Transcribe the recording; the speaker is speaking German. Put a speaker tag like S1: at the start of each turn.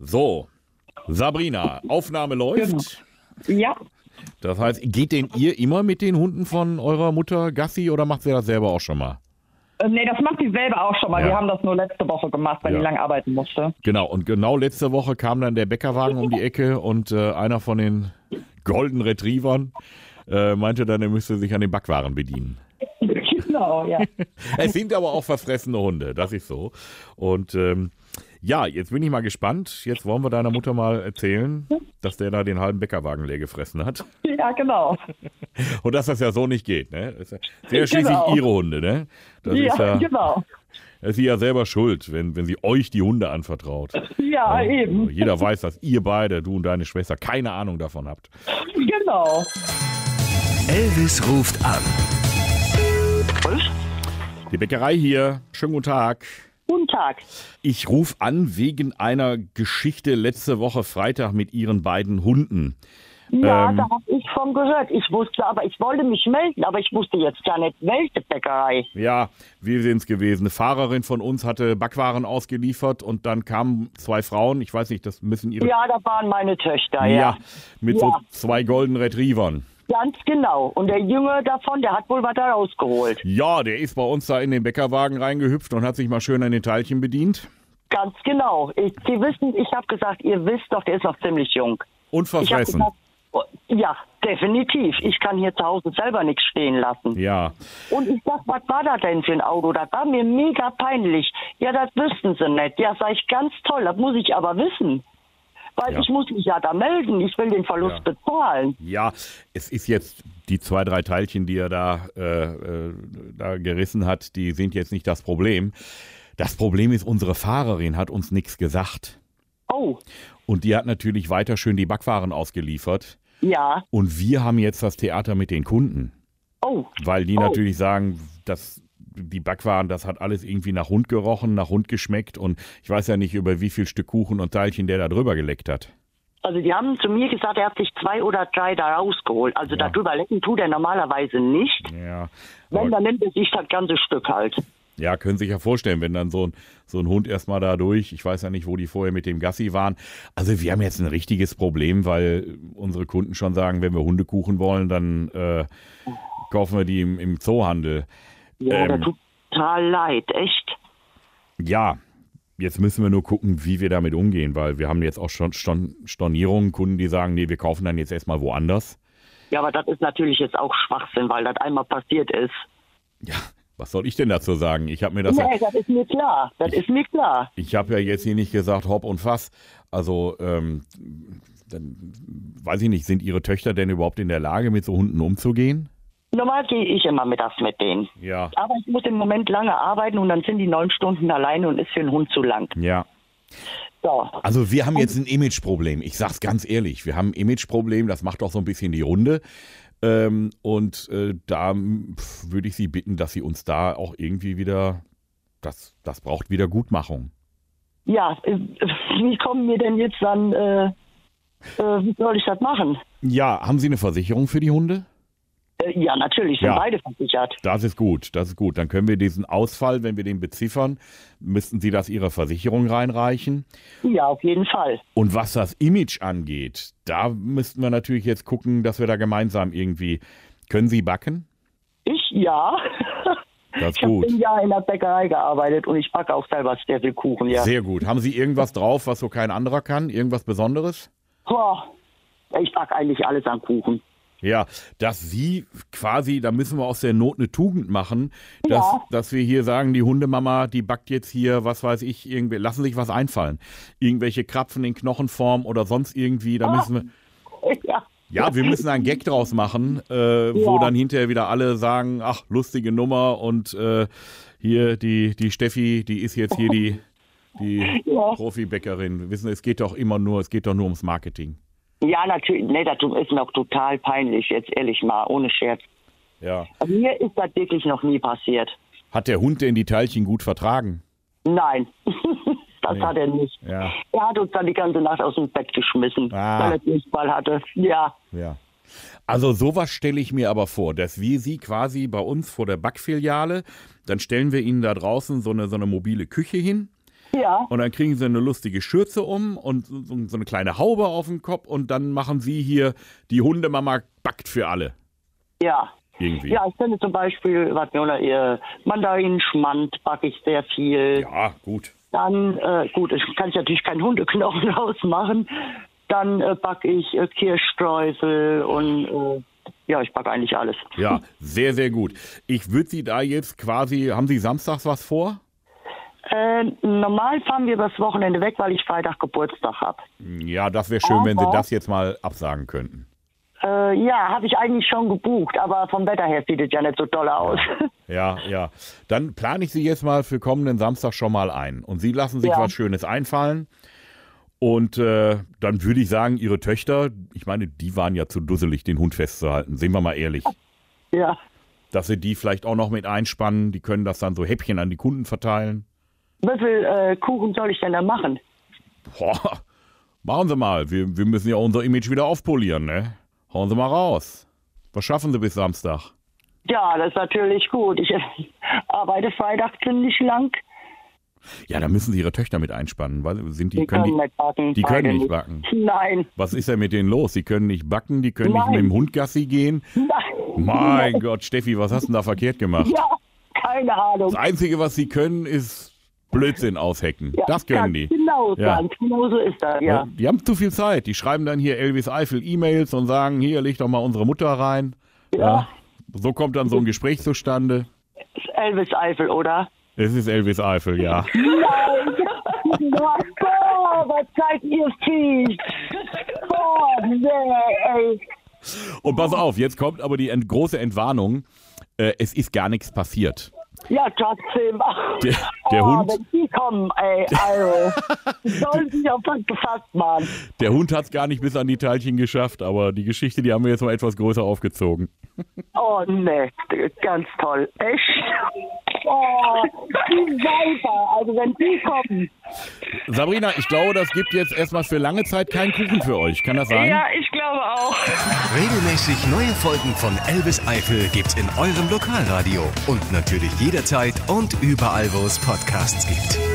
S1: So, Sabrina, Aufnahme läuft.
S2: Genau. Ja,
S1: Das heißt, geht denn ihr immer mit den Hunden von eurer Mutter Gassi oder macht sie das selber auch schon mal?
S3: Ähm,
S2: äh, nee, das macht die selber auch schon mal.
S1: Ja.
S2: Die haben das nur letzte Woche gemacht, weil
S1: Ja.
S2: die lang arbeiten musste.
S1: Genau, und genau letzte Woche kam dann der Bäckerwagen um die Ecke und äh, einer von den Golden Retrievern äh, meinte dann, er müsste sich an den Backwaren bedienen.
S2: genau, ja.
S1: Es sind aber auch verfressene Hunde, das ist so. Und ähm, ja, jetzt bin ich mal gespannt. Jetzt wollen wir deiner Mutter mal erzählen, dass der da den halben Bäckerwagen leer gefressen hat.
S2: ja, genau.
S1: Und dass das ja so nicht geht, ne? Das ist ja- Sind ja schließlich
S2: Genau.
S1: ihre Hunde, ne? Das
S2: ja,
S1: ist ja,
S2: genau.
S1: das ist sie ja selber schuld, wenn, wenn sie euch die Hunde anvertraut.
S2: Ja,
S1: Also,
S2: Äh, eben.
S1: Jeder weiß, dass ihr beide, du und deine Schwester, keine Ahnung davon habt.
S2: Genau.
S4: Elvis ruft an.
S1: Die Bäckerei hier, schönen guten Tag.
S2: Guten Tag.
S1: Ich rufe an wegen einer Geschichte letzte Woche Freitag mit ihren beiden Hunden.
S3: Ja,
S1: Ähm.
S3: da habe ich von gehört. Ich wusste aber, ich wollte mich melden, aber ich wusste jetzt gar nicht, welche Bäckerei.
S1: Ja, wir sind es gewesen. Eine Fahrerin von uns hatte Backwaren ausgeliefert und dann kamen zwei Frauen, ich weiß nicht, das müssen ihre...
S3: Ja, da waren meine Töchter, ja.
S1: Ja, mit so
S3: Ja.
S1: zwei Golden Retrievern.
S3: Ganz genau. Und der Junge davon, der hat wohl was da rausgeholt.
S1: Ja, der ist bei uns da in den Bäckerwagen reingehüpft und hat sich mal schön an den Teilchen bedient.
S3: Ganz genau. Ich, Sie wissen, ich habe gesagt, ihr wisst doch, der ist noch ziemlich jung.
S1: Und
S3: Ich habe
S1: verfressen.
S3: gesagt, oh, ja, definitiv. Ich kann hier zu Hause selber nichts stehen lassen.
S1: Ja,
S3: Und ich sag, was war das denn für ein Auto? Das war mir mega peinlich. Ja, das wüssten sie nicht. Ja, sag ich ganz toll, das muss ich aber wissen. Weil
S1: Ja.
S3: ich muss mich ja da melden, ich will den Verlust
S1: Ja.
S3: bezahlen.
S1: ja, es ist jetzt die zwei, drei Teilchen, die er da, äh, äh, da gerissen hat, die sind jetzt nicht das Problem. Das Problem ist, unsere Fahrerin hat uns nichts gesagt.
S3: Oh,
S1: Und die hat natürlich weiter schön die Backwaren ausgeliefert.
S3: ja,
S1: Und wir haben jetzt das Theater mit den Kunden,
S3: oh,
S1: weil die
S3: Oh.
S1: natürlich sagen, dass die Backwaren, das hat alles irgendwie nach Hund gerochen, nach Hund geschmeckt und ich weiß ja nicht, über wie viel Stück Kuchen und Teilchen der da drüber geleckt hat.
S3: also die haben zu mir gesagt, er hat sich zwei oder drei da rausgeholt. Also darüber lecken tut er normalerweise nicht.
S1: Ja,
S3: Wenn,
S1: aber,
S3: dann nimmt er sich das ganze Stück halt.
S1: ja können sich ja vorstellen, wenn dann so ein, so ein Hund erstmal da durch, ich weiß ja nicht, wo die vorher mit dem Gassi waren. Also wir haben jetzt ein richtiges Problem, weil unsere Kunden schon sagen, wenn wir Hundekuchen wollen, dann äh, kaufen wir die im, im Zoohandel.
S3: Ja,
S1: Ähm.
S3: das tut total leid, echt.
S1: Ja, jetzt müssen wir nur gucken, wie wir damit umgehen, weil wir haben jetzt auch schon Storn- Stornierungen, Kunden, die sagen, nee, wir kaufen dann jetzt erstmal woanders.
S3: Ja, aber das ist natürlich jetzt auch Schwachsinn, weil das einmal passiert ist.
S1: Ja, was soll ich denn dazu sagen? Ich habe mir das,
S3: nee, das ist mir klar. Das ist mir klar.
S1: ich habe ja jetzt hier nicht gesagt, hopp und fass. Also, ähm, dann weiß ich nicht, sind Ihre Töchter denn überhaupt in der Lage, mit so Hunden umzugehen?
S3: Normal gehe ich immer mittags mit denen.
S1: Ja.
S3: Aber ich muss im Moment lange arbeiten und dann sind die neun Stunden alleine und ist für einen Hund zu lang.
S1: Ja.
S3: So.
S1: Also wir haben jetzt ein Imageproblem. Ich sag's ganz ehrlich, wir haben ein Imageproblem. Das macht auch so ein bisschen die Runde. Ähm, und äh, da m, pf, würde ich Sie bitten, dass Sie uns da auch irgendwie wieder das, das braucht Wiedergutmachung.
S3: Ja, äh, wie kommen wir denn jetzt dann, äh, äh, wie soll ich das machen?
S1: Ja, haben Sie eine Versicherung für die Hunde?
S3: Äh, ja, natürlich sind
S1: Ja.
S3: beide versichert.
S1: Das ist gut, das ist gut. Dann können wir diesen Ausfall, wenn wir den beziffern, müssten Sie das Ihrer Versicherung reinreichen.
S3: Ja, auf jeden Fall.
S1: Und was das Image angeht, da müssten wir natürlich jetzt gucken, dass wir da gemeinsam irgendwie. Können Sie backen?
S3: Ich, ja.
S1: Das ist
S3: Ich habe
S1: gut.
S3: ein Jahr in der Bäckerei gearbeitet und ich backe auch selber sehr viel Kuchen, ja.
S1: Sehr gut. Haben Sie irgendwas drauf, was so kein anderer kann? Irgendwas Besonderes?
S3: Boah, ich backe eigentlich alles an Kuchen.
S1: Ja, dass Sie quasi, da müssen wir aus der Not eine Tugend machen, dass,
S3: Ja.
S1: dass wir hier sagen, die Hundemama, die backt jetzt hier, was weiß ich, irgendwie, lassen sich was einfallen. Irgendwelche Krapfen in Knochenform oder sonst irgendwie,
S3: Ah.
S1: da müssen wir,
S3: ja.
S1: ja, wir müssen einen Gag draus machen, äh, wo
S3: Ja.
S1: dann hinterher wieder alle sagen, ach, lustige Nummer und äh, hier die, die Steffi, die ist jetzt hier die, die
S3: Ja.
S1: Profibäckerin. Wissen, Sie, es geht doch immer nur, es geht doch nur ums Marketing.
S3: Ja, natürlich. Nee, das ist mir auch total peinlich, jetzt ehrlich mal, ohne Scherz.
S1: Ja.
S3: Mir ist das wirklich noch nie passiert.
S1: Hat der Hund denn die Teilchen gut vertragen?
S3: Nein, das
S1: Nee.
S3: hat er nicht.
S1: Ja.
S3: Er hat uns dann die ganze Nacht aus dem Bett geschmissen,
S1: Ah.
S3: weil er Durchfall hatte. Ja,
S1: Ja. Also sowas stelle ich mir aber vor, dass wir sie quasi bei uns vor der Backfiliale, dann stellen wir ihnen da draußen so eine, so eine mobile Küche hin
S3: Ja.
S1: Und dann kriegen sie eine lustige Schürze um und so, so eine kleine Haube auf dem Kopf und dann machen sie hier die Hundemama backt für alle.
S3: Ja.
S1: Irgendwie.
S3: Ja, ich kenne zum Beispiel, was mir oder ihr Mandarinschmand backe ich sehr viel.
S1: Ja, gut.
S3: Dann, äh, gut, ich kann ich natürlich keinen Hundeknochen ausmachen. Dann äh, backe ich äh, Kirschstreusel und äh, ja, ich backe eigentlich alles.
S1: Ja, sehr, sehr gut. Ich würde Sie da jetzt quasi, haben Sie samstags was vor?
S3: Äh, normal fahren wir übers Wochenende weg, weil ich Freitag Geburtstag habe.
S1: Ja, das wäre schön, wenn Sie
S3: Aber-
S1: das jetzt mal absagen könnten.
S3: Äh, ja, habe ich eigentlich schon gebucht, aber vom Wetter her sieht es ja nicht so toll aus.
S1: Ja, ja. Dann plane ich Sie jetzt mal für kommenden Samstag schon mal ein. Und Sie lassen sich
S3: Ja.
S1: was Schönes einfallen. Und äh, dann würde ich sagen, Ihre Töchter, ich meine, die waren ja zu dusselig, den Hund festzuhalten. Sehen wir mal ehrlich.
S3: ja.
S1: Dass Sie die vielleicht auch noch mit einspannen. Die können das dann so Häppchen an die Kunden verteilen.
S3: Wie viel äh, Kuchen soll ich denn da machen?
S1: Boah, machen Sie mal. Wir, wir müssen ja unser Image wieder aufpolieren, ne? Hauen Sie mal raus. Was schaffen Sie bis Samstag?
S3: Ja, das ist natürlich gut. Ich äh, arbeite Freitag ziemlich lang.
S1: Ja, da müssen Sie Ihre Töchter mit einspannen, weil sind die,
S3: Die
S1: können
S3: können
S1: die,
S3: nicht backen,
S1: die können
S3: beide
S1: nicht
S3: nicht.
S1: backen.
S3: Nein,
S1: Was ist denn mit denen los? Die können nicht backen, die können nicht
S3: Nein.
S1: mit dem Hund Gassi gehen.
S3: nein.
S1: Mein Gott, Steffi, was hast du denn da verkehrt gemacht?
S3: Ja, keine Ahnung.
S1: Das Einzige, was sie können, ist Blödsinn aushecken.
S3: Ja,
S1: das können
S3: ganz
S1: die.
S3: Genau,
S1: Ja.
S3: ganz genau so ist das, ja.
S1: Ne? Die haben zu viel Zeit. Die schreiben dann hier Elvis Eifel E-Mails und sagen, hier, leg doch mal unsere Mutter rein. Ja. So kommt dann so ein Gespräch zustande.
S3: Elvis Eifel, oder?
S1: Es ist Elvis Eifel, ja.
S3: Boah, boah, Oh, was seid ihr fies? Boah, nee, ey.
S1: Und pass auf, jetzt kommt aber die ent große Entwarnung. Äh, es ist gar nichts passiert.
S3: Ja, trotzdem. Ach,
S1: Der- der
S3: oh,
S1: Hund-
S3: Wenn die kommen, ey, also. Die sollen sich auf was gefasst machen.
S1: Der Hund hat es gar nicht bis an die Teilchen geschafft, aber die Geschichte, die haben wir jetzt mal etwas größer aufgezogen.
S3: Oh, nee, ganz toll. Echt? Oh, die Weiber, also wenn die kommen.
S1: Sabrina, ich glaube, das gibt jetzt erstmal für lange Zeit keinen Kuchen für euch. Kann das sein?
S5: Ja, ich glaube auch.
S4: Regelmäßig neue Folgen von Elvis Eifel gibt's in eurem Lokalradio und natürlich jederzeit und überall, wo es Podcasts gibt.